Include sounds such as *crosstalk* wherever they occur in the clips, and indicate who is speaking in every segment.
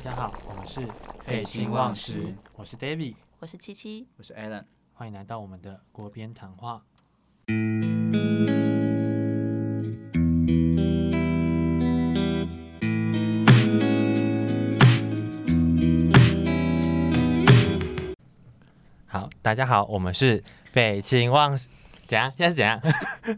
Speaker 1: 家好，我们是
Speaker 2: 废寝忘食，
Speaker 1: 我是 David，
Speaker 3: 我是七七，
Speaker 2: 我是 Alan。
Speaker 1: 欢迎来到我们的国边谈话。好，大家好，我们是废寝忘食，怎样？现在是
Speaker 2: *laughs*
Speaker 1: 怎样？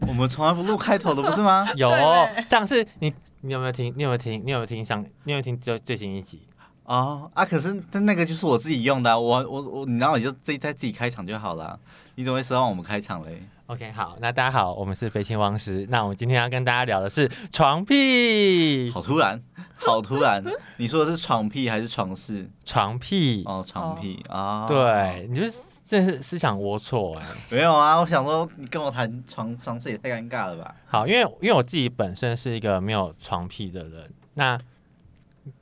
Speaker 2: 我们从来不录开头的，不是 *laughs* 吗？
Speaker 1: 有哦
Speaker 3: 对
Speaker 1: 上次你你有没有听？你有没有听？你有没有听上？你有没有听最最新一集？
Speaker 2: 哦啊，可是但那个就是我自己用的啊、我我我，你然后你就自己在自己开场就好了。啊你怎么会奢望我们开场嘞？
Speaker 1: OK，好，那大家好，我们是飞青王石。那我们今天要跟大家聊的是床屁，
Speaker 2: 好突然，好突然！你说的是床屁还是床事？
Speaker 1: 床屁，
Speaker 2: 哦，床屁啊，哦，
Speaker 1: 对，你就是这是思想龌龊哎、
Speaker 2: 没有啊，我想说你跟我谈床床事也太尴尬了吧？
Speaker 1: 好，因为因为我自己本身是一个没有床屁的人，那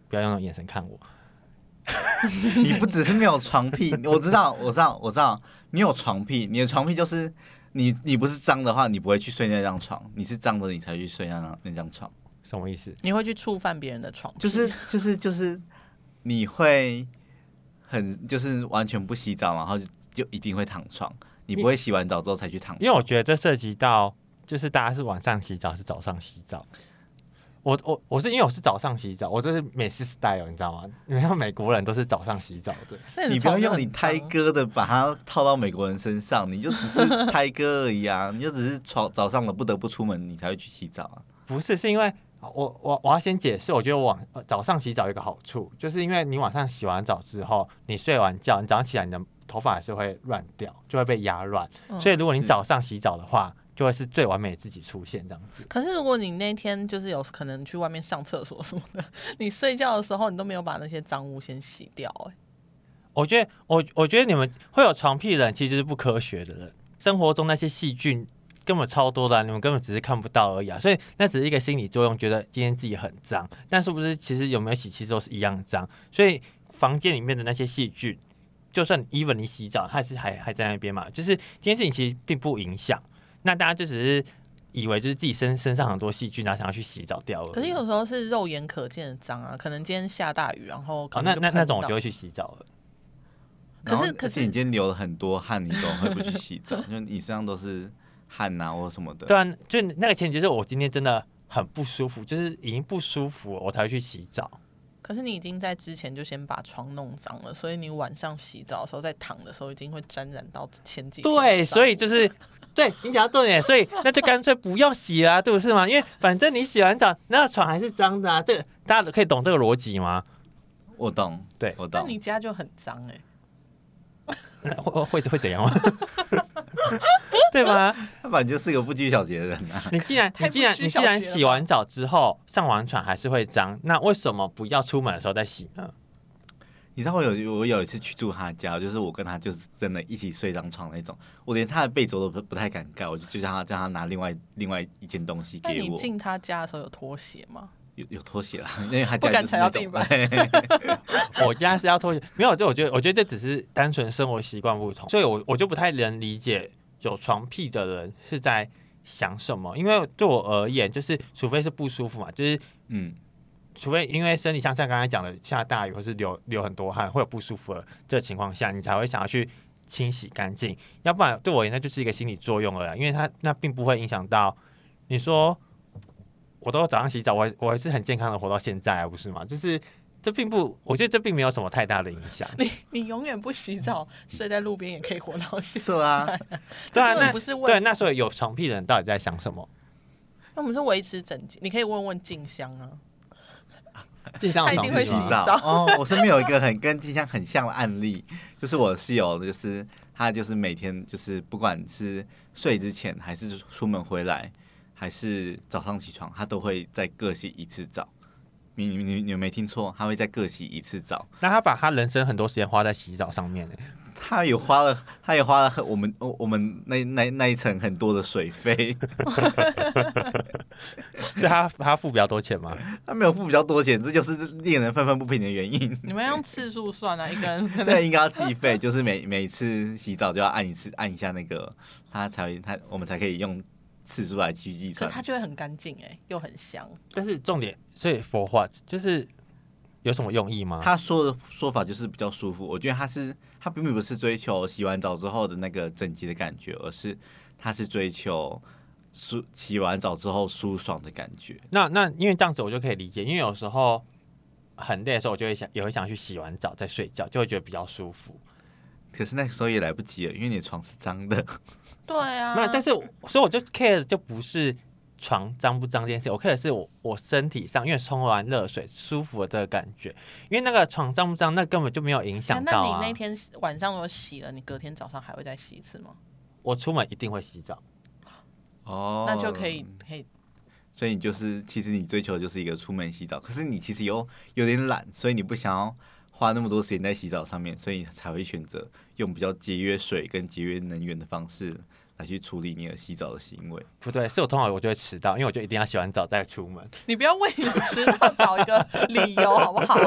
Speaker 1: 不要用那种眼神看我，
Speaker 2: 你不只是没有床屁，我知道，我知道，我知道，你有床屁，你的床屁就是你你不是脏的话，你不会去睡那张床，你是脏的你才去睡那张那张床。
Speaker 1: 什么意思？
Speaker 3: 你会去触犯别人的床，
Speaker 2: 就是就是就是，你会很就是完全不洗澡，然后就就一定会躺床，你不会洗完澡之后才去躺
Speaker 1: 因为我觉得这涉及到就是大家是晚上洗澡还是早上洗澡。我我我是因为我是早上洗澡，我 *laughs* 这是美式 style，你知道吗？你看美国人都是早上洗澡的，
Speaker 3: 那
Speaker 2: 你
Speaker 3: 的
Speaker 2: 不要
Speaker 3: 床就
Speaker 2: 用
Speaker 3: 很
Speaker 2: 你胎
Speaker 3: 脏
Speaker 2: 哥的把它套到美国人身上，你就只是胎哥而已
Speaker 3: *laughs*
Speaker 2: 啊，你就只是早早上了不得不出门，你才会去洗澡啊。
Speaker 1: 不是，是因为我我我要先解释，我觉得晚呃早上洗澡有一个好处，就是因为你晚上洗完澡之后，你睡完觉，你早上起来你的头发还是会乱掉，就会被压乱。
Speaker 3: 嗯
Speaker 1: 所以如果你
Speaker 2: 是
Speaker 1: 早上洗澡的话，就会是最完美的自己出现这样子。
Speaker 3: 可是如果你那天就是有可能去外面上厕所什么的，你睡觉的时候你都没有把那些脏污先洗掉、哎，
Speaker 1: 我觉得我我觉得你们会有床屁的人，其实是不科学的人。生活中那些细菌根本超多的啊、你们根本只是看不到而已啊。所以那只是一个心理作用，觉得今天自己很脏，但是不是其实有没有洗，其实都是一样脏。所以房间里面的那些细菌，就算 even 你洗澡，它还是还还在那边嘛。就是这件事情其实并不影响。那大家就只是以为就是自己身身上很多细菌，然后想要去洗澡掉而已。
Speaker 3: *laughs* 可是有时候是肉眼可见的脏啊，可能今天下大雨，然后可
Speaker 1: 哦，
Speaker 3: 能
Speaker 1: 那
Speaker 3: 就
Speaker 1: 那那
Speaker 3: 喷
Speaker 1: 种我
Speaker 3: 到
Speaker 1: 就会去洗澡了。
Speaker 3: 可是
Speaker 2: 然后
Speaker 3: 可
Speaker 2: 而
Speaker 3: 是
Speaker 2: 且你今天流了很多汗，你总会不去洗
Speaker 3: *laughs*
Speaker 2: 澡，因为你身上都是汗呐、或什么的。
Speaker 1: 对啊，就那个前提就是我今天真的很不舒服，就是已经不舒服了，我才会去洗澡。
Speaker 3: 可是你已经在之前就先把床弄脏了，所以你晚上洗澡的时候，在躺的时候已经会沾染到前几天的
Speaker 1: 对，
Speaker 3: 脏
Speaker 1: 所以
Speaker 3: 污
Speaker 1: 就是对你讲到重点，所以那就干脆不要洗啦、对不是吗？因为反正你洗完澡，那床还是脏的啊。这个大家可以懂这个逻辑吗？
Speaker 2: 我懂，
Speaker 1: 对
Speaker 2: 我
Speaker 3: 那
Speaker 2: 懂。
Speaker 3: 你家就很脏哎、
Speaker 1: 那 *laughs* 会会会怎样吗？ *laughs* 对吗？
Speaker 2: 他反正就是个不拘小节的人啊。
Speaker 1: 你既然你
Speaker 3: 太不
Speaker 1: 既然
Speaker 3: 拘
Speaker 1: 你
Speaker 3: 小
Speaker 1: 既然
Speaker 3: 节了
Speaker 1: 洗
Speaker 3: 吧
Speaker 1: 完澡之后上完床还是会脏，那为什么不要出门的时候再洗呢？
Speaker 2: 你知道我有我有一次去住他家，就是我跟他就是真的一起睡一张床那种，我连他的被肘都不不太敢盖，我就就让他叫他拿另外另外一件东西
Speaker 3: 那
Speaker 2: 给
Speaker 3: 你
Speaker 2: 我，
Speaker 3: 进他家的时候有拖鞋吗？
Speaker 2: 有有拖鞋啦，因为他
Speaker 3: 不
Speaker 2: 家
Speaker 3: 敢
Speaker 2: 就是
Speaker 3: 踩
Speaker 2: 那
Speaker 3: 到
Speaker 2: 种
Speaker 3: 地板
Speaker 1: *laughs* 我家是要脱鞋，没有，就我觉得，我觉得这只是单纯生活习惯不同，所以我我就不太能理解有床癖的人是在想什么，因为对我而言，就是除非是不舒服嘛，就是
Speaker 2: *laughs* 嗯，
Speaker 1: 除非因为生理上像刚才讲的下大雨或是流流很多汗会有不舒服的这情况下，你才会想要去清洗干净，要不然对我而言那就是一个心理作用而已，因为它那并不会影响到你说我都早上洗澡，我我还是很健康的活到现在啊，不是吗？就是。这并不，我觉得这并没有什么太大的影响。
Speaker 3: 你你永远不洗澡，睡在路边也可以活到现在。
Speaker 2: 对啊，
Speaker 1: 对啊
Speaker 3: 这根本
Speaker 1: 那
Speaker 3: 不是问
Speaker 1: 对，那所以有床屁的人到底在想什 *laughs* 么？
Speaker 3: 那我们是维持整洁，你可以问问静香啊。
Speaker 1: 自己想
Speaker 3: 他一
Speaker 1: 有
Speaker 3: 定
Speaker 1: 床
Speaker 3: 会
Speaker 1: 屁
Speaker 2: 洗
Speaker 1: 吗？
Speaker 3: *laughs*
Speaker 2: 澡
Speaker 3: 洗澡
Speaker 2: 哦。我身边有一个很跟金香很像的案例，就是我室友，就是他就是每天就是不管是睡之前，还是出门回来，还是早上起床，他都会再各洗一次澡。你你你你没听错，他会再各洗一次澡。
Speaker 1: 那他把他人生很多时间花在洗澡上面呢。欸
Speaker 2: 他也花了，他也花了很我们我我们那那那一层很多的水费， *laughs*
Speaker 1: 所以他他付比较多钱吗？
Speaker 2: 他没有付比较多钱，这就是令人愤愤不平的原因。
Speaker 3: 你们要用次数算啊，一个人 *laughs* 可
Speaker 2: *laughs*
Speaker 3: 能
Speaker 2: 对，应该要计费，就是每每次洗澡就要按一次，按一下那个，他才会他我们才可以用次数来去计
Speaker 3: 可
Speaker 2: 算
Speaker 3: 欸是。它就会很干净哎，又很香。
Speaker 1: 但是重点，所以 for what 就是有什么用意吗？
Speaker 2: 他说的说法就是比较舒服，我觉得他是他并不是追求洗完澡之后的那个整洁的感觉，而是他是追求舒洗完澡之后舒爽的感觉。
Speaker 1: 那那因为这样子我就可以理解，因为有时候很累的时候，我就会想也会想去洗完澡再睡觉，就会觉得比较舒服。
Speaker 2: 可是那个时候也来不及了，因为你的床是脏的。
Speaker 3: 对啊，
Speaker 1: 没有，但
Speaker 3: 是
Speaker 1: 是我所以我就 care 的就不是床脏不脏这件事，我 care 的是我我身体上，因为冲完热水舒服的这个感觉，因为那个床脏不脏，那根本就没有影响
Speaker 3: 那
Speaker 1: 到
Speaker 3: 你
Speaker 1: 啊。
Speaker 3: 那天晚上如果洗了，你隔天早上还会再洗一次吗？
Speaker 1: 我出门一定会洗澡，
Speaker 2: 哦，
Speaker 3: 那就可以。可以
Speaker 2: 所以你就是，其实你追求的就是一个出门洗澡，可是你其实又有点懒，所以你不想要花那么多时间在洗澡上面，所以你才会选择用比较节约水跟节约能源的方式来去处理你的洗澡的行
Speaker 3: *laughs*
Speaker 2: 为。
Speaker 1: 不对，是我通常我就会迟到，因为我就一定要洗完澡再出门。
Speaker 3: 你不要为你的迟到找一个理由，好不好？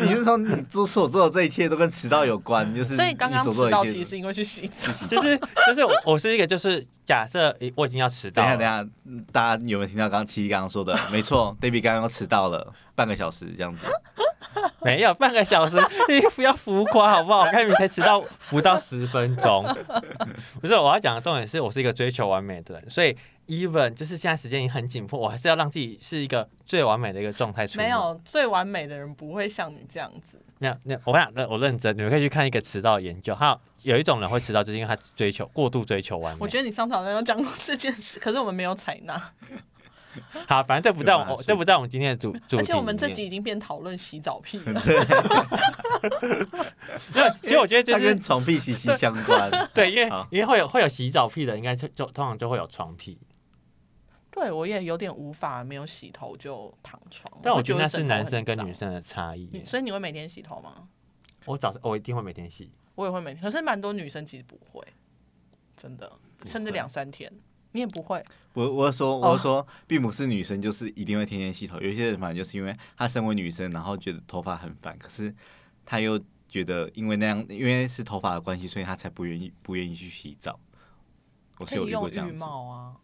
Speaker 2: 你是说你做所做的这一切都跟迟到有关？就是
Speaker 3: 所以刚刚
Speaker 2: 你所做
Speaker 3: 迟
Speaker 2: 的
Speaker 3: 到
Speaker 2: 一切
Speaker 3: 其实是因为去洗澡。
Speaker 1: 就是就是我我是一个就是假设诶我已经要迟到
Speaker 2: 等
Speaker 1: 了，
Speaker 2: 一下，等一下，嗯大家有没有听到刚刚七一刚刚说的？没错，Baby 刚刚迟到了半个小时这
Speaker 3: *laughs*
Speaker 2: 样子。
Speaker 1: *laughs* 没有半个小时，你不要浮夸好不好？我看你才迟到不到十分
Speaker 2: *laughs*
Speaker 1: 钟。不是，我要讲的重点是我是一个追求完美的人，所以 even 就是现在时间已经很紧迫，我还是要让自己是一个最完美的一个状态出门。
Speaker 3: 没有最完美的人不会像你这样子，
Speaker 1: 没有，那我想认我认真，你们可以去看一个迟到的研究，还有有一种人会迟到，就是因为他追求过度追求完美
Speaker 3: 我。觉得你上次好像有讲过这件事，可是我们没有采纳，
Speaker 1: 好，反正这不在我
Speaker 2: 有啊
Speaker 1: 们
Speaker 2: 是
Speaker 1: 这不在我们今天的主主题里面。
Speaker 3: 而且我们这集已经变讨论洗澡屁了。
Speaker 1: 没有，其实我觉得就
Speaker 2: 它
Speaker 1: 是。
Speaker 2: 跟床屁息息相关
Speaker 1: 对，因为
Speaker 2: 好
Speaker 1: 因为会有会有洗澡屁的，应该就就通常就会有床屁，
Speaker 3: 对我也有点无法，没有洗头就躺床。
Speaker 1: 但
Speaker 3: 我
Speaker 1: 我
Speaker 3: 觉
Speaker 1: 觉得那是男生跟女
Speaker 3: 生
Speaker 1: 生的差异耶。
Speaker 3: 所以你会每天洗头吗？
Speaker 1: 我早上我一定会每天洗，
Speaker 3: 我也会每天，可是蛮多女生其实不会，真的，
Speaker 2: 不会
Speaker 3: 甚至两三天，你也不会。
Speaker 2: 我我说
Speaker 3: 哦
Speaker 2: 我说，并不是女生就是一定会天天洗头，有一些人反正就是因为她身为女生，然后觉得头发很烦，可是她又觉得因为那样，因为是头发的关系，所以她才不愿意不愿意去洗澡。我
Speaker 3: 可
Speaker 2: 是有
Speaker 3: 以
Speaker 2: 遇
Speaker 3: 用
Speaker 2: 过这
Speaker 3: 浴
Speaker 2: 样子，
Speaker 3: 帽啊，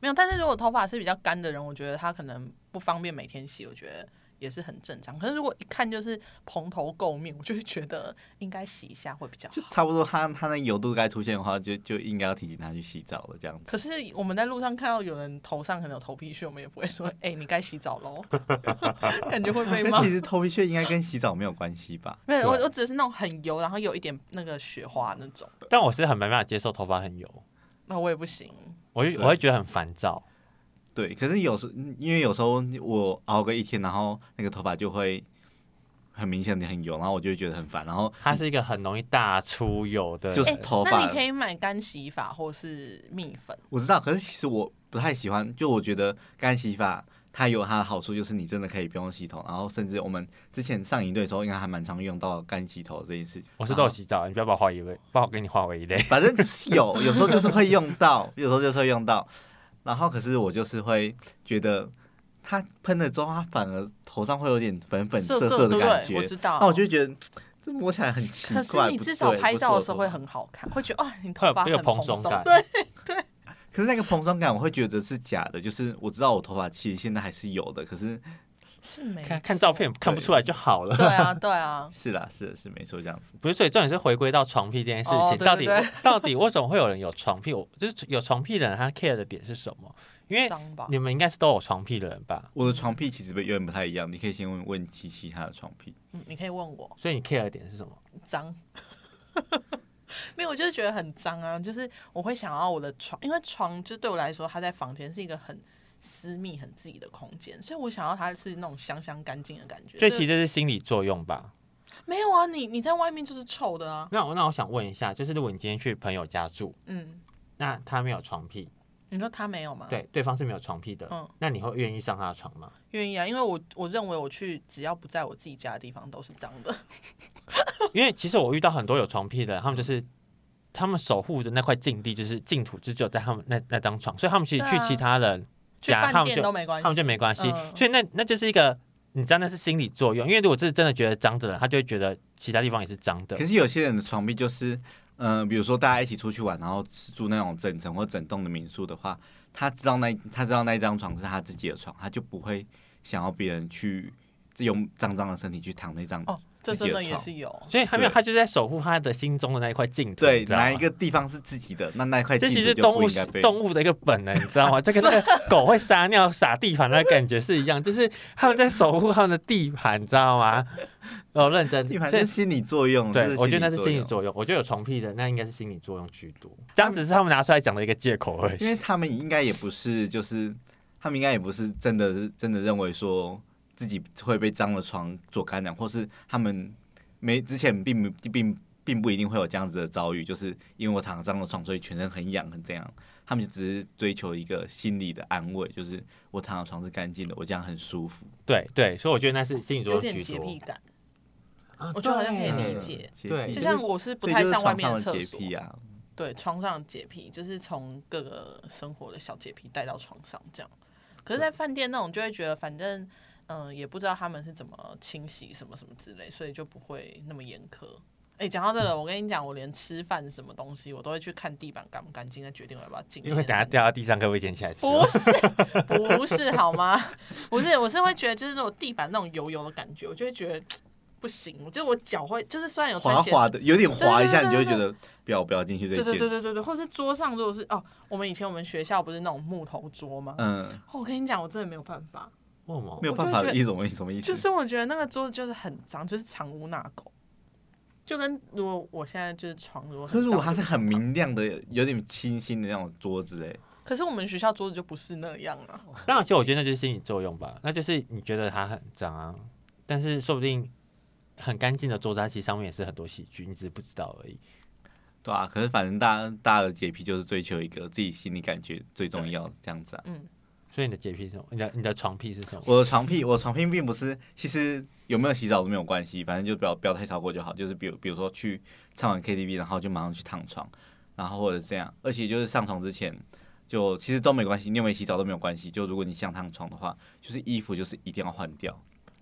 Speaker 3: 没有。但是如果头发是比较干的人，我觉得他可能不方便每天洗，我觉得也是很正常。可是如果一看就是蓬头垢面，我就会觉得应该洗一下会比较
Speaker 2: 就
Speaker 3: 好。
Speaker 2: 差不多她她那油都该出现的话，就就应该要提醒她去洗澡了这样子。
Speaker 3: 可是我们在路上看到有人头上可能有头皮屑，我们也不会
Speaker 1: *laughs*
Speaker 3: 说：“哎、你该洗澡喽。”感觉会被骂
Speaker 2: 那。其实啊头皮屑应该跟洗澡没有关系吧？
Speaker 3: 没有，我
Speaker 1: 对
Speaker 3: 我只是那种很油，然后有一点那个雪花那种，
Speaker 1: 但我是很没办法接受头发很油，
Speaker 3: 那我也不行。
Speaker 1: 我就我会觉得很烦躁。
Speaker 2: 对，可是有时因为有时候我熬个一天，然后那个头发就会很明显的很油，然后我就会觉得很烦，然后
Speaker 1: 它是一个很容易大出油的，
Speaker 2: 就是
Speaker 3: 哎
Speaker 2: 头
Speaker 3: 那
Speaker 2: 发
Speaker 3: 你可以买干洗法或是蜜粉，
Speaker 2: 我知道，可是其实我不太喜欢，就我觉得干洗法它有它的好处，就是你真的可以不用洗头，然后甚至我们之前上一队的时候，应该还蛮常用到干洗头这件事情。
Speaker 1: 我是都有洗澡，你不要把我划一类，把我给你划为一类。
Speaker 2: 反正就是有，有时候就是会用到，有时候就是会用到。然后可是我就是会觉得，它喷了之后，它反而头上会有点粉粉
Speaker 3: 色
Speaker 2: 涩涩的
Speaker 3: 对不
Speaker 2: 感
Speaker 3: 对？
Speaker 2: 觉
Speaker 3: 我。知道。
Speaker 2: 那我就觉得嘖这摸起来很奇怪。
Speaker 3: 可是你
Speaker 2: 不
Speaker 3: 至少
Speaker 2: 对
Speaker 3: 拍
Speaker 2: 不是
Speaker 3: 照
Speaker 2: 我
Speaker 3: 的时候会很好看，会觉得哇、哦你头发
Speaker 1: 会有
Speaker 3: 很
Speaker 1: 那个蓬
Speaker 3: 松
Speaker 1: 松感
Speaker 3: 对，
Speaker 2: 可是那个蓬松感，我会觉得是假的。就是我知道我头发其实现在还是有的，可是
Speaker 3: 是没
Speaker 1: 看看照片看不出来就好
Speaker 3: 错。
Speaker 1: 了。
Speaker 3: 对啊，对啊，
Speaker 2: 是啦，是的是没错，这样子。
Speaker 1: 不是，所以重点是回归到床屁这件事情，
Speaker 3: 哦对对
Speaker 1: 到底
Speaker 3: 对
Speaker 1: 到底为什么会有人有床屁？我就是有床屁的人，他 care 的点是什么？ *laughs* 因为
Speaker 3: 脏吧？
Speaker 1: 你们应该是都有床屁的人吧，
Speaker 2: 我的床屁其实有点不太一样，你可以先问问七七他的床屁。
Speaker 3: 嗯，你可以问我
Speaker 1: 所以你 care 的点是什么？
Speaker 3: 脏。 *laughs* 没有，我就是觉得很脏啊，就是我会想要我的床，因为床就对我来说，它在房间是一个很私密、很自己的空间，所以我想要它是那种香香干净的感觉。
Speaker 1: 所以
Speaker 3: 就
Speaker 1: 其实是心理作用吧。
Speaker 3: 没有啊，你你在外面就是臭的啊，
Speaker 1: 那我那我想问一下，就是如果你今天去朋友家住，
Speaker 3: 嗯，
Speaker 1: 那他没有床屁，
Speaker 3: 你说他没有吗？，
Speaker 1: 对，对方是没有床屁的，
Speaker 3: 嗯
Speaker 1: 那你会愿意上他的床吗？ *laughs*
Speaker 3: 愿意啊，因为我我认为我去只要不在我自己家的地方都是脏的。
Speaker 1: 因为其实我遇到很多有床屁的人，他们
Speaker 3: 嗯
Speaker 1: 就是他们守护的那块禁地，就是净土，就只有在他们那那张床，所以他们其实
Speaker 3: 对
Speaker 1: 去
Speaker 3: 啊
Speaker 1: 其他人
Speaker 3: 去
Speaker 1: 家，他
Speaker 3: 饭
Speaker 1: 们
Speaker 3: 店
Speaker 1: 就
Speaker 3: 都没关
Speaker 1: 他们
Speaker 3: 系。
Speaker 1: 就没关系，
Speaker 3: 嗯
Speaker 1: 所以那那就是一个。你知道那是心理作用，因为如果这是真的觉得脏的人，他就会觉得其他地方也是脏的
Speaker 2: 可。是有些人的床屁就是，嗯、比如说大家一起出去玩，然后是住那种整层或整栋的民宿的话，他知道那他知道那一张床是他自己的床，他就不会想要别人去用脏脏的身体去躺那张
Speaker 3: 哦，这
Speaker 2: 自己的
Speaker 3: 真的也
Speaker 2: 床
Speaker 3: 是有，
Speaker 1: 所以还没有，
Speaker 2: 对
Speaker 1: 他就是在守护他的心中的那一块净土，
Speaker 2: 对
Speaker 1: 你，知道吗
Speaker 2: 哪一？个地方是自己的，那那一块
Speaker 1: 这其
Speaker 2: 净
Speaker 1: 实
Speaker 2: 土
Speaker 1: 是动
Speaker 2: 就不
Speaker 1: 物
Speaker 2: 应该被
Speaker 1: 动物的一个本能，你知道吗？这 *laughs* 跟那个狗会撒尿撒地盘的感觉是一样，就是他们在守护他们的地盘，你知道吗？哦，认真，
Speaker 2: 地盘
Speaker 1: 所
Speaker 2: 就
Speaker 1: 以
Speaker 2: 是心理作用，这
Speaker 1: 对，我觉得那是
Speaker 2: 作
Speaker 1: 心理
Speaker 2: 用
Speaker 1: 作用。我觉得有床屁的那应该是心理作用居多，这样只是他们拿出来讲的一个借口而已。
Speaker 2: 因为他们应该也不是，就是他们应该也不是真的是真的认为说自己会被脏的床所感染，或是他们没之前并没并并不一定会有这样子的遭遇，就是因为我躺脏的床，所以全身很痒很这样。他们就只是追求一个心理的安慰，就是我躺的床是干净的，我这样很舒服。
Speaker 1: 对对，所以我觉得那是心理作用
Speaker 3: 有点
Speaker 1: 居
Speaker 3: 洁
Speaker 1: 多
Speaker 3: 癖。感。
Speaker 1: 啊
Speaker 3: 我觉得好像可以
Speaker 1: 对
Speaker 3: 理解
Speaker 2: 嗯洁
Speaker 1: 对
Speaker 2: 癖
Speaker 3: 就
Speaker 1: 就
Speaker 3: 像我是不
Speaker 2: 所以
Speaker 3: 太
Speaker 2: 就是
Speaker 3: 像外
Speaker 2: 床
Speaker 3: 面的
Speaker 2: 上
Speaker 3: 厕
Speaker 2: 洁
Speaker 3: 所，
Speaker 2: 癖啊，
Speaker 3: 对，床上的洁癖就是从各个生活的小洁癖带到床上这样。可是，在饭店那种就会觉得，反正嗯、也不知道他们是怎么清洗什么什么之类，所以就不会那么严苛。哎、讲到这
Speaker 1: 嗯
Speaker 3: 个，我跟你讲，我连吃饭什么东西，我都会去看地板干不干净，再决定我要不要进。
Speaker 1: 因为等下掉到地上，可不可以捡起来吃？
Speaker 3: 不是不是好吗？ *laughs* 不是，我是会觉得就是那种地板那种油油的感觉，我就会觉得不行，我就我脚会就是虽然有穿
Speaker 2: 滑
Speaker 3: 鞋
Speaker 2: 滑
Speaker 3: 子
Speaker 2: 的，有点滑一下，
Speaker 3: 对
Speaker 2: 你就会
Speaker 3: 对
Speaker 2: 觉得不要不要进去这
Speaker 3: 对对
Speaker 2: 一
Speaker 3: 对
Speaker 2: 间。
Speaker 3: 对对对，或者是桌上如果是哦，我们以前我们学校不是那种木头桌吗？
Speaker 2: 嗯，
Speaker 3: 哦，我跟你讲，我真的没有办法，
Speaker 1: 为什么
Speaker 2: 没有
Speaker 3: 我就
Speaker 2: 办
Speaker 3: 会
Speaker 2: 法
Speaker 3: 觉
Speaker 2: 的
Speaker 3: 得
Speaker 2: 一种什么意思？
Speaker 3: 就是我觉得那个桌子就是很脏，就是藏污纳垢，就跟如果我现在就是床如果很
Speaker 2: 可是我
Speaker 3: 脏
Speaker 2: 还
Speaker 3: 就是不
Speaker 2: 很
Speaker 3: 想躺，
Speaker 2: 明亮的，有点清新的那种桌子哎。
Speaker 3: 可是我们学校桌子就不是那样啊。
Speaker 1: 当然，其实我觉得那就是心理作用吧，那就是你觉得它很脏啊，但是说不定很干净的桌子，它其实上面也是很多细菌，你只是不知道而已。
Speaker 2: 对啊，可是反正大家大家的洁癖就是追求一个自己心里感觉最重要这样子啊。
Speaker 1: 所以你的洁癖是什么？你的你的床癖是什么？
Speaker 2: 我的床癖，我的床癖并不是，其实有没有洗澡都没有关系，反正就不要不要太超过就好。就是比如比如说去唱完 KTV，然后就马上去躺床，然后或者这样，而且就是上床之前就其实都没关系，你有没有洗澡都没有关系。就如果你想躺床的话，就是衣服就是一定要换掉。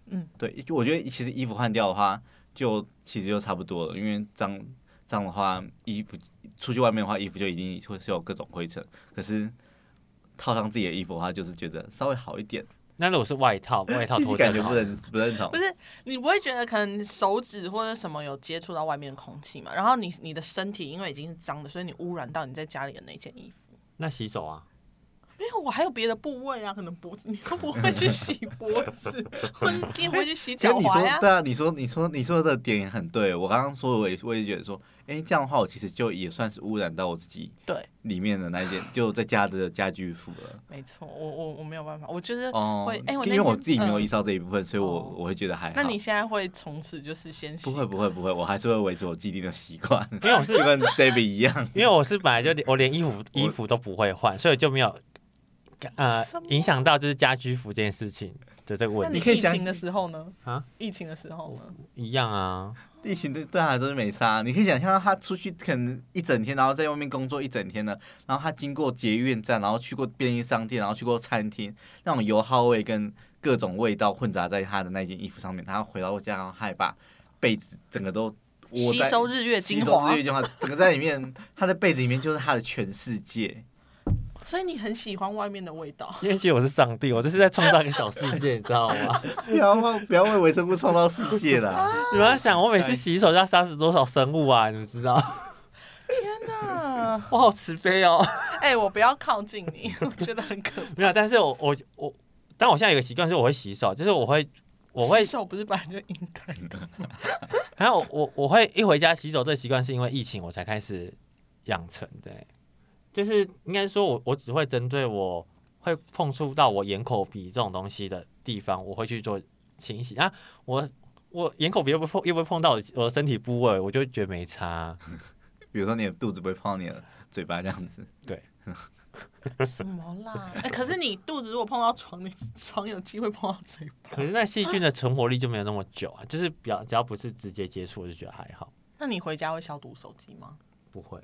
Speaker 3: 嗯，
Speaker 2: 对，就我觉得其实衣服换掉的话，就其实就差不多了，因为脏脏的话，衣服出去外面的话，衣服就一定会是有各种灰尘。可是套上自己的衣服的话，就是觉得稍微好一点。
Speaker 1: 那如果是外套，外套
Speaker 2: 自己
Speaker 1: 脱掉
Speaker 2: 感觉
Speaker 1: 就好
Speaker 2: 不
Speaker 1: 了。
Speaker 2: 认不认同
Speaker 3: 不，是你不会觉得可能手指或者什么有接触到外面的空气嘛？然后你你的身体因为已经是脏的，所以你污染到你在家里的那件衣服。
Speaker 1: 那洗手啊，
Speaker 3: 因为我还有别的部位啊，可能脖子，你又不会去洗脖
Speaker 2: *laughs*
Speaker 3: 子，或者你也不会去洗
Speaker 2: 其实
Speaker 3: 脚
Speaker 2: 你
Speaker 3: 踝
Speaker 2: 说
Speaker 3: 啊。
Speaker 2: 对啊，你说你说你说的点也很对。我刚刚说我也我也觉得说，哎、这样的话我其实就也算是污染到我自己
Speaker 3: 对，
Speaker 2: 里面的那一件，就在家的家居服
Speaker 3: *laughs*
Speaker 2: 了。
Speaker 3: 没错，我我我没有办法，我就是
Speaker 2: 哦
Speaker 3: 会，哎、我
Speaker 2: 因为
Speaker 3: 那
Speaker 2: 我
Speaker 3: 天
Speaker 2: 自己没有
Speaker 3: 嗯
Speaker 2: 意识到这一部分，所以我
Speaker 3: 哦
Speaker 2: 我会觉得还好。
Speaker 3: 那你现在会从此就是先洗
Speaker 2: 不会不会不会，我还是会维持我既定的习惯，
Speaker 1: 因为我
Speaker 2: *laughs*
Speaker 1: 是 *laughs*
Speaker 2: 就跟 David 一样。
Speaker 1: 因为我是本来就连我连衣服衣服都不会换，所以就没有呃
Speaker 3: 什么
Speaker 1: 影响到就是家居服这件事情的这个
Speaker 3: 那
Speaker 1: 问
Speaker 3: 你
Speaker 1: 题
Speaker 2: 你可以
Speaker 3: 疫
Speaker 2: 相
Speaker 3: 情
Speaker 2: 信
Speaker 3: 的时候呢？
Speaker 1: 啊，
Speaker 3: 疫情的时候呢？
Speaker 1: 一样啊。
Speaker 2: 疫情对对他来说是没差，你可以想象他出去可能一整天，然后在外面工作一整天呢，然后他经过捷运站，然后去过便利商店，然后去过餐厅，那种油耗味跟各种味道混杂在他的那件衣服上面，他回到家然后害怕被子整个都窝
Speaker 3: 吸
Speaker 2: 在
Speaker 3: 收日月
Speaker 2: 吸
Speaker 3: 精
Speaker 2: 收
Speaker 3: 华
Speaker 2: 日月，精华，整个在里面，他的被子里面就是他的全世界。
Speaker 3: 所以你很喜欢外面的味道。
Speaker 1: 因为其实我是上帝，我就是在创造一个小世界，你知道吗？
Speaker 2: *laughs* 不要忘不要为微生物创造世界啦！
Speaker 1: 你们要想，我每次洗手就要杀死多少生物啊？你们知道，
Speaker 3: 啊，
Speaker 1: *laughs* 我好慈悲哦。
Speaker 3: 哎、我不要靠近你，我觉得很可怕。
Speaker 1: 没有，但是我我我，但我现在有个习惯，就是我会洗手，就是我会我会
Speaker 3: 洗，手不是本来就应该
Speaker 2: *laughs*
Speaker 1: 然后我我会一回家洗手这个习惯，是因为疫情我才开始养成的欸、就是应该说我我只会针对我会碰触到我眼口鼻这种东西的地方，我会去做清洗啊，我。我眼口鼻又不碰，又不会碰到我的我的身体部位，我就觉得没差。
Speaker 2: 比如说你的肚子不会碰到你的嘴巴这样子，
Speaker 3: 什么啦？哎、可是你肚子如果碰到床，你床有机会碰到嘴巴，
Speaker 1: 可是那细菌的存活力就没有那么久啊，就是比较只要不是直接接触，我就觉得还好，
Speaker 3: 那你回家会消毒手机吗？
Speaker 1: 不会。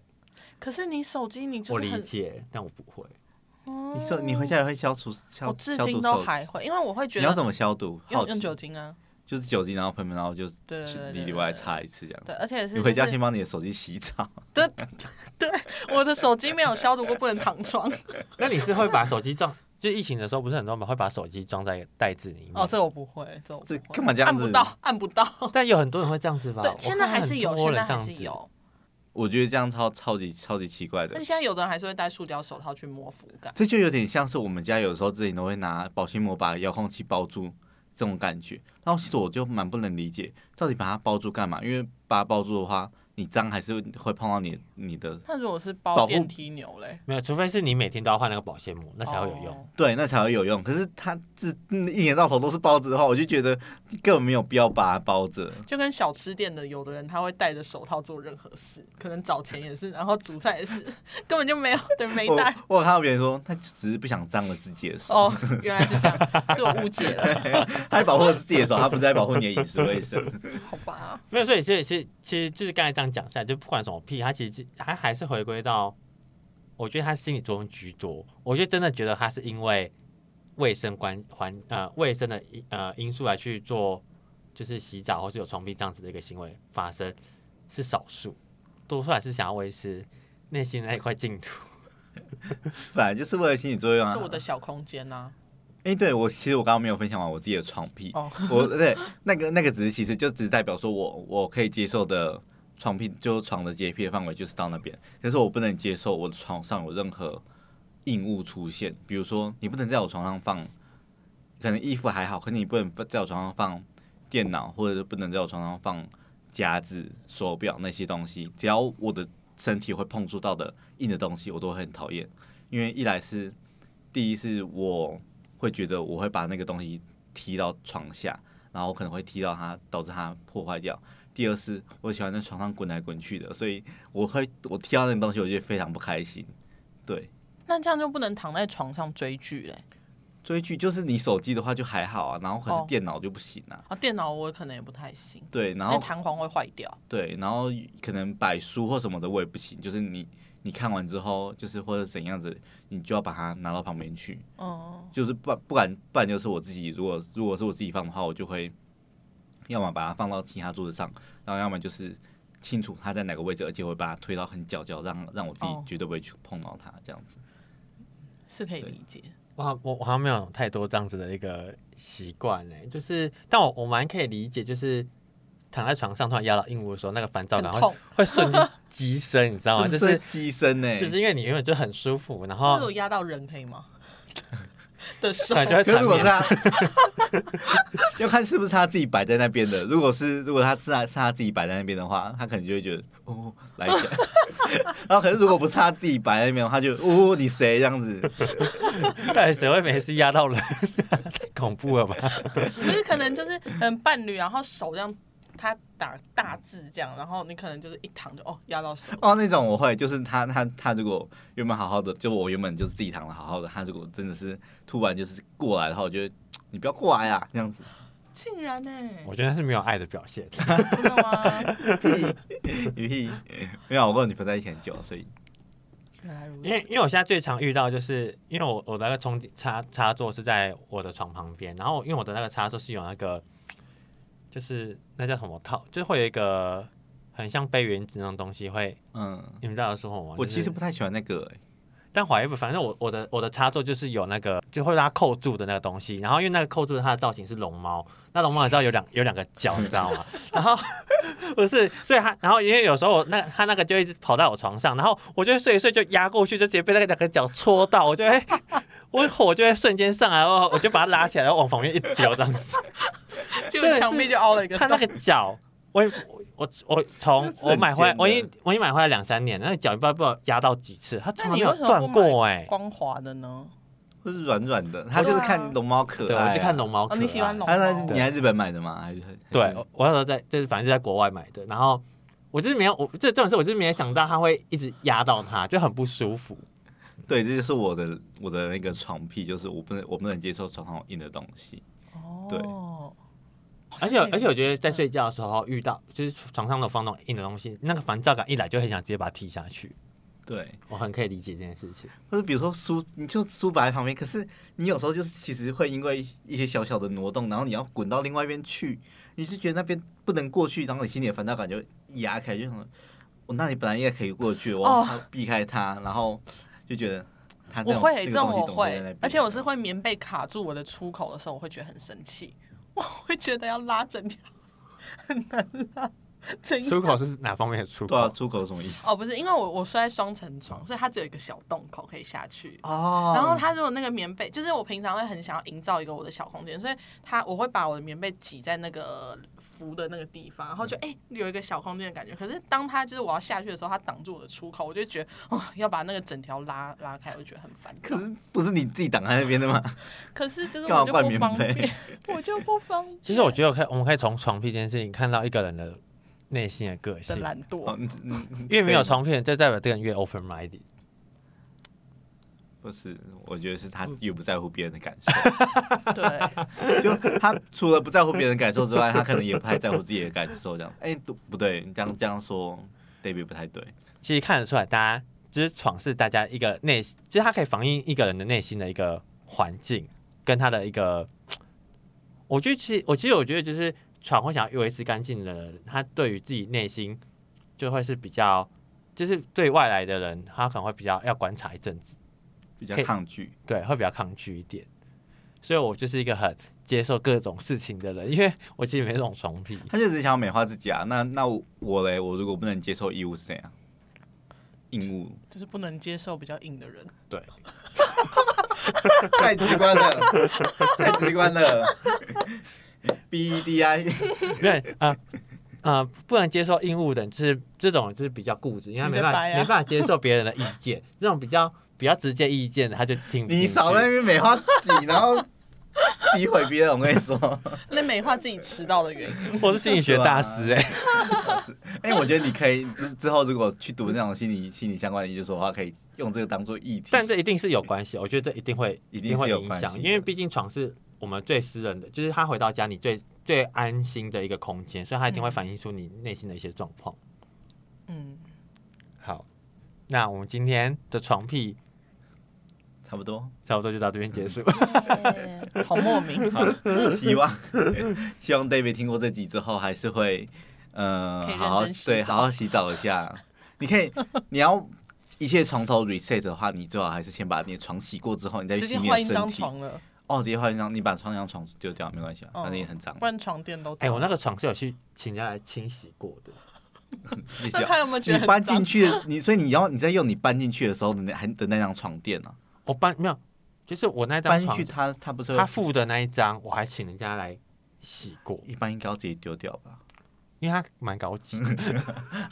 Speaker 3: 可是你手机你
Speaker 1: 我
Speaker 3: 就是
Speaker 1: 理
Speaker 3: 很，哦
Speaker 1: 解，但我不会。
Speaker 2: 你说你回家也会消除消
Speaker 3: 我至
Speaker 2: 消
Speaker 3: 今
Speaker 2: 毒
Speaker 3: 都
Speaker 2: 手
Speaker 3: 还会，因为我会觉
Speaker 2: 你要怎
Speaker 3: 得
Speaker 2: 么消毒？好
Speaker 3: 用
Speaker 2: 奇
Speaker 3: 用酒精啊，
Speaker 2: 就是酒精，然后喷喷，然后就
Speaker 3: 对对对
Speaker 2: 里
Speaker 3: 对
Speaker 2: 里
Speaker 3: 对
Speaker 2: 外
Speaker 3: 对
Speaker 2: 擦一次这样。
Speaker 3: 对，而且是、
Speaker 2: 你回家先帮你的手机洗澡，
Speaker 3: *laughs*
Speaker 1: *laughs*
Speaker 3: 对，我的手机没有消毒过，不能躺床。
Speaker 1: 那你是会把手机撞就疫情的时候，不是很多人会把手机装在袋子里面。
Speaker 3: 哦，这我不会，这我不
Speaker 2: 这
Speaker 3: 会
Speaker 2: 干嘛这样
Speaker 3: 按不
Speaker 2: 子
Speaker 3: 到，按不到。
Speaker 1: 但有很多人会这样子吧？
Speaker 3: 对，
Speaker 1: 我
Speaker 3: 现在
Speaker 1: 看
Speaker 3: 还
Speaker 1: 很
Speaker 3: 是有，
Speaker 1: 多
Speaker 3: 现在
Speaker 1: 人这
Speaker 3: 还
Speaker 1: 样
Speaker 3: 是
Speaker 1: 子。
Speaker 3: 有。
Speaker 2: 我觉得这样超超级超级奇怪的
Speaker 3: 但。现在有的人还是会戴塑胶手套去摸肤感。
Speaker 2: 这就有点像是我们家有时候自己都会拿保鲜膜把遥控器包住这种感觉。然后其实我就蛮不能理解，到底把它包住干嘛？因为把它包住的话，你脏还是会会碰到你你的，
Speaker 3: 那如果是
Speaker 2: 保
Speaker 3: 包
Speaker 2: 护
Speaker 3: 电梯牛嘞，
Speaker 1: 没有，除非是你每天都要换那个保鲜膜，那才会有用。
Speaker 3: 哦
Speaker 2: 对，那才会有用。可是它这嗯一年到头都是包子的话，我就觉得根本没有必要把它包着。
Speaker 3: 就跟小吃店的有的人他会戴着手套做任何事，可能找钱也是， *laughs* 然后煮菜也是，根本就没有对没
Speaker 2: 我
Speaker 3: 戴。
Speaker 2: 我有看到别人说，他只是不想脏了自己的手，
Speaker 3: 哦，原来是这
Speaker 1: *laughs*
Speaker 3: 样，是我误解了，
Speaker 2: 他在保护自己的手，他不是在保护你的饮食卫生。
Speaker 3: 好吧？
Speaker 1: 没有，所以其实其实其实就是刚才这样讲下来，就不管什么屁，它其实它还是回归到，我觉得它心理作用居多。我就真的觉得它是因为卫生关环呃卫生的因呃因素来去做，就是洗澡或是有床屁这样子的一个行为发生是少数，多数还是想要维持内心的那一块净土。
Speaker 2: 反正就是为了心理作用啊。
Speaker 3: 是我的小空间啊呐、
Speaker 2: 哎、对我其实我刚刚没有分享完我自己的床癖，
Speaker 3: 哦
Speaker 2: 我对那个那个只是其实就只是代表说我我可以接受的床癖，就是床的洁癖的范围就是到那边，可是我不能接受我的床上有任何硬物出现，比如说你不能在我床上放，可能衣服还好，可是你不能在我床上放电脑，或者是不能在我床上放夹子、手表那些东西，只要我的身体会碰触到的硬的东西，我都会很讨厌，因为一来是第一是我。会觉得我会把那个东西踢到床下，然后我可能会踢到它，导致它破坏掉。第二是我喜欢在床上滚来滚去的，所以我会我踢到那个东西，我就非常不开心。对，
Speaker 3: 那这样就不能躺在床上追剧嘞。
Speaker 2: 追剧就是你手机的话就还好啊，然后可
Speaker 3: 哦
Speaker 2: 是电脑就不行啊。
Speaker 3: 啊，电脑我可能也不太行，
Speaker 2: 对，然
Speaker 3: 因为
Speaker 2: 后
Speaker 3: 弹簧会坏掉。
Speaker 2: 对，然后可能摆书或什么的我也不行，就是你你看完之后，就是或者怎样子，你就要把它拿到旁边去。
Speaker 3: 嗯，
Speaker 2: 就是不不然不然就是我自己，如果如果是我自己放的话，我就会要么把它放到其他桌子上，然后要么就是清楚它在哪个位置，而且我会把它推到很角角，让让我自己
Speaker 3: 哦
Speaker 2: 绝对不会去碰到它这样子。
Speaker 3: 是可以
Speaker 2: 对
Speaker 3: 理解。
Speaker 1: 我好我我好像没有太多这样子的一个习惯呢，就是但我我蛮可以理解，就是躺在床上突然压到硬物的时候，那个烦躁
Speaker 3: 很
Speaker 1: 感
Speaker 3: 痛
Speaker 1: 会会瞬 *laughs* 间激升，你知道吗？就
Speaker 2: 真的
Speaker 1: 是
Speaker 2: 会机身呢、
Speaker 1: 就是因为你原本就很舒服，然后
Speaker 3: 如果压到人可以吗？的
Speaker 1: 突
Speaker 3: 手
Speaker 1: 然就会
Speaker 2: *laughs* 可是
Speaker 1: 缠
Speaker 2: 如果是
Speaker 1: 绵。
Speaker 2: 他， *laughs* 要看是不是他自己摆在那边的。如果是如果他是他是他自己摆在那边的话，他可能就会觉得哦来一下。 *laughs* 然后可是如果不是他自己摆在那边的话，他就哦你谁这样子。
Speaker 1: 到底谁会没事压到人？ *laughs* 太恐怖了吧？
Speaker 3: 就是可能就是嗯伴侣，然后手这样他打大字这样，然后你可能就是一躺就哦压到手，
Speaker 2: 哦，那种我会，就是他他他如果原本好好的，就我原本就是自己躺的好好的，他如果真的是突然就是过来的话，我就会你不要过来啊，
Speaker 1: *laughs*
Speaker 2: 这样子。
Speaker 3: 竟然呢、
Speaker 1: 我觉得那是没有爱的表现。
Speaker 3: 哦真的吗？
Speaker 2: 屁屁，没有，我跟我女朋友在一起很久，所以
Speaker 3: 原来如
Speaker 1: 因为
Speaker 3: 此，
Speaker 1: 因为我现在最常遇到就是因为我我的那个充电插插座是在我的床旁边，然后因为我的那个插座是有那个就是那叫什么套，就是会有一个很像杯原子那种东西会，
Speaker 2: 嗯，
Speaker 1: 你们知道说什么吗？
Speaker 2: 我
Speaker 1: 哦就是
Speaker 2: 其实不太喜欢那个、欸，
Speaker 1: 但怀疑不，反正我我的我的插座就是有那个就会让它扣住的那个东西，然后因为那个扣住的它的造型是龙猫，那龙猫你知道有两有两个角，你知道吗？然后 *laughs* 不是，所以它然后因为有时候我那它那个就一直跑到我床上，然后我就会睡一睡就压过去，就直接被那个两个角戳到，我就会 *laughs* 我火就会瞬间上来，我我就把它拉起来，然后往旁边一丢这样子，
Speaker 3: *laughs* 就
Speaker 1: 真的是
Speaker 3: 墙壁就凹了一个
Speaker 1: 它
Speaker 3: 洞。
Speaker 1: 那个角。我我我从我买回来，
Speaker 2: 真的
Speaker 1: 我已经我已经买回来两三年，那个脚不知道被我压到几次，它从来没
Speaker 3: 那你
Speaker 1: 有
Speaker 3: 为什么
Speaker 1: 断
Speaker 3: 不买
Speaker 1: 过 *laughs* 哎、
Speaker 3: 光滑的呢？
Speaker 2: 或是软软的，他就是看龙猫可
Speaker 1: 对，
Speaker 2: 爱、啊
Speaker 1: 我就看。龙猫可
Speaker 3: 哦，
Speaker 1: 爱。
Speaker 3: 你喜欢龙
Speaker 2: 他在
Speaker 3: 猫？
Speaker 2: 你在日本买的吗？还是还是
Speaker 1: 对，哦我我那时候在就是反正就在国外买的，然后我就是没有我这这种事，我就是没有想到它会一直压到它，就很不舒服。
Speaker 2: 对，这就是我的我的那个床癖，就是我不能我不能接受床上有硬的东西。对
Speaker 3: 哦，好
Speaker 1: 而
Speaker 3: 像
Speaker 1: 且
Speaker 3: 可以嗯
Speaker 1: 而且我觉得在睡觉的时候遇到就是床上的放那种硬的东西，那个烦躁感一来就很想直接把它踢下去。
Speaker 2: 对，
Speaker 1: 我很可以理解这件事
Speaker 3: *laughs*
Speaker 1: 情。
Speaker 2: 或者比如说书，你就书摆在旁边，可是你有时候就是其实会因为一些小小的挪动，然后你要滚到另外一边去，你是觉得那边不能过去，然后你心里的烦躁感就压开，就想说，我、那你本来应该可以过去，我要
Speaker 3: 哦
Speaker 2: 避开它，然后就觉得他那种
Speaker 3: 我会，
Speaker 2: 那个
Speaker 3: 这种
Speaker 2: 东西
Speaker 3: 我
Speaker 2: 总在那
Speaker 3: 会
Speaker 2: 边，
Speaker 3: 而且我是会棉被卡住我的出口的时候，我会觉得很生气，我会觉得要拉整条，很难拉。整
Speaker 1: 出口是哪方面的出口？
Speaker 2: 对啊，出口是什么意思？
Speaker 3: 哦，不是，因为我我睡在双层床，所以它只有一个小洞口可以下去。
Speaker 2: 哦
Speaker 3: 然后它如果那个棉被，就是我平常会很想要营造一个我的小空间，所以它我会把我的棉被挤在那个扶的那个地方，然后就
Speaker 2: 嗯
Speaker 3: 哎、有一个小空间的感觉。可是当它就是我要下去的时候，它挡住我的出口，我就觉得哦要把那个整条拉拉开，我就觉得很烦躁。
Speaker 2: 可是不是你自己挡在那边的吗？
Speaker 3: 可是就是
Speaker 2: 干
Speaker 3: 我
Speaker 2: 嘛
Speaker 3: 就
Speaker 2: 换
Speaker 3: 不
Speaker 2: 棉
Speaker 3: 方
Speaker 2: 被
Speaker 3: 便，我就
Speaker 2: *laughs*
Speaker 3: 不方便。
Speaker 1: 其实我觉得我可以，我们可以从床屁这件事情看到一个人的内心的个
Speaker 3: 的
Speaker 1: 性，
Speaker 3: 懒
Speaker 2: 哦
Speaker 3: 惰，
Speaker 2: *laughs* 嗯嗯
Speaker 1: 越没有
Speaker 2: 可以
Speaker 1: 床屁，就代表这个人越 open minded。
Speaker 2: 不是，我觉得是
Speaker 1: 嗯
Speaker 2: 他越不在乎别人的感受，哦
Speaker 3: 对，
Speaker 2: 就他除了不在乎别人的感受之外，他可能也不太在乎自己的感受。这样，哎、不不对，你这样这样说，David 不太对。
Speaker 1: 其实看得出来，大家就是床是大家一个内，就是它可以反映一个人的内心的一个环境跟他的一个。我觉得其实，我其实我觉得就是床会想要维持干净的人，他对于自己内心就会是比较，就是对外来的人，他可能会比较要观察一阵子，
Speaker 2: 比较
Speaker 1: 可以
Speaker 2: 抗拒，
Speaker 1: 对，会比较抗拒一点。所以我就是一个很接受各种事情的人，因为我其实没这种床癖。
Speaker 2: 他就只是想要美化自己啊。那那我我嘞，我如果不能接受义务是怎样？义务
Speaker 3: 就是不能接受比较硬的人。
Speaker 2: 太直观了，太直观了。B E D I，
Speaker 1: *laughs* 因为啊啊，不能接受硬物的，就是这种就是比较固执，因为他没办
Speaker 3: 你在
Speaker 1: 法、
Speaker 3: 掰啊
Speaker 1: 没办法接受别人的意见，这种比较比较直接意见的，他就听不进去
Speaker 2: 你少在那边美化自己，然后诋毁别人。我跟你说，
Speaker 3: 那美化自己迟到的原因，
Speaker 1: 我是心理学大
Speaker 2: *laughs*
Speaker 1: 师哎、
Speaker 2: 哎、我觉得你可以之之后如果去读那种心理心理相关的研究所的话，可以用这个当做议题。
Speaker 1: 但这一定是有关系，我觉得这一定会
Speaker 2: 一定
Speaker 1: 定会
Speaker 2: 是有
Speaker 1: 影
Speaker 2: 关
Speaker 1: 响，
Speaker 2: 系的
Speaker 1: 因为毕竟床是我们最私人的，就是他回到家你最最安心的一个空间，所以他一定会反映出你内心的一些状况。
Speaker 3: 嗯，
Speaker 1: 好，那我们今天的床屁
Speaker 2: 差不多，
Speaker 1: 差不多就到这边结
Speaker 2: 嗯
Speaker 1: 束。
Speaker 2: *laughs*
Speaker 3: 好莫名，
Speaker 2: 好， *laughs* 希望希望 David 听过这集之后，还是会呃
Speaker 3: 可以认
Speaker 2: 好好
Speaker 3: 真洗
Speaker 2: 对
Speaker 3: 澡
Speaker 2: 好好洗澡一下。你可以，你要一切从头 reset 的话，你最好还是先把你的床洗过之后，你再去
Speaker 3: 直
Speaker 2: 洗
Speaker 3: 接
Speaker 2: 你
Speaker 3: 换
Speaker 2: 的
Speaker 3: 一张
Speaker 2: 身体。
Speaker 3: 床了，
Speaker 2: 哦，直接换一张，你把双张床丢掉没关系啊，
Speaker 3: 嗯
Speaker 2: 反正也很脏。
Speaker 3: *laughs* 不然床垫都
Speaker 1: 哎、
Speaker 3: 脏。
Speaker 1: 我那个床是有去请人家来清洗过的。
Speaker 2: 谢谢
Speaker 3: *laughs* 那
Speaker 2: 啊。
Speaker 3: 他有没有觉
Speaker 2: 你
Speaker 3: 得很
Speaker 2: 搬
Speaker 3: 脏
Speaker 2: 进？去，你所以你要你在用你搬进去的时候的那还的那张床垫啊，
Speaker 1: 我搬没有，就是我那张
Speaker 2: 搬进
Speaker 1: 床
Speaker 2: 去，它它不是会
Speaker 1: 他付的那一张，我还请人家来洗过，
Speaker 2: 一般应该要直接丢掉吧？ *laughs*
Speaker 1: 因为他蛮高级。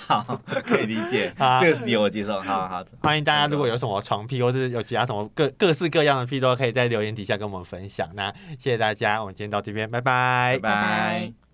Speaker 2: 好，可以理解，
Speaker 1: 好
Speaker 2: 这个是理由我接受。好好，
Speaker 1: 欢迎大家，如果有什么床癖，或是有其他什么各各式各样的癖，都可以在留言底下跟我们分享。那谢谢大家，我们今天到这边，拜拜
Speaker 2: 拜拜。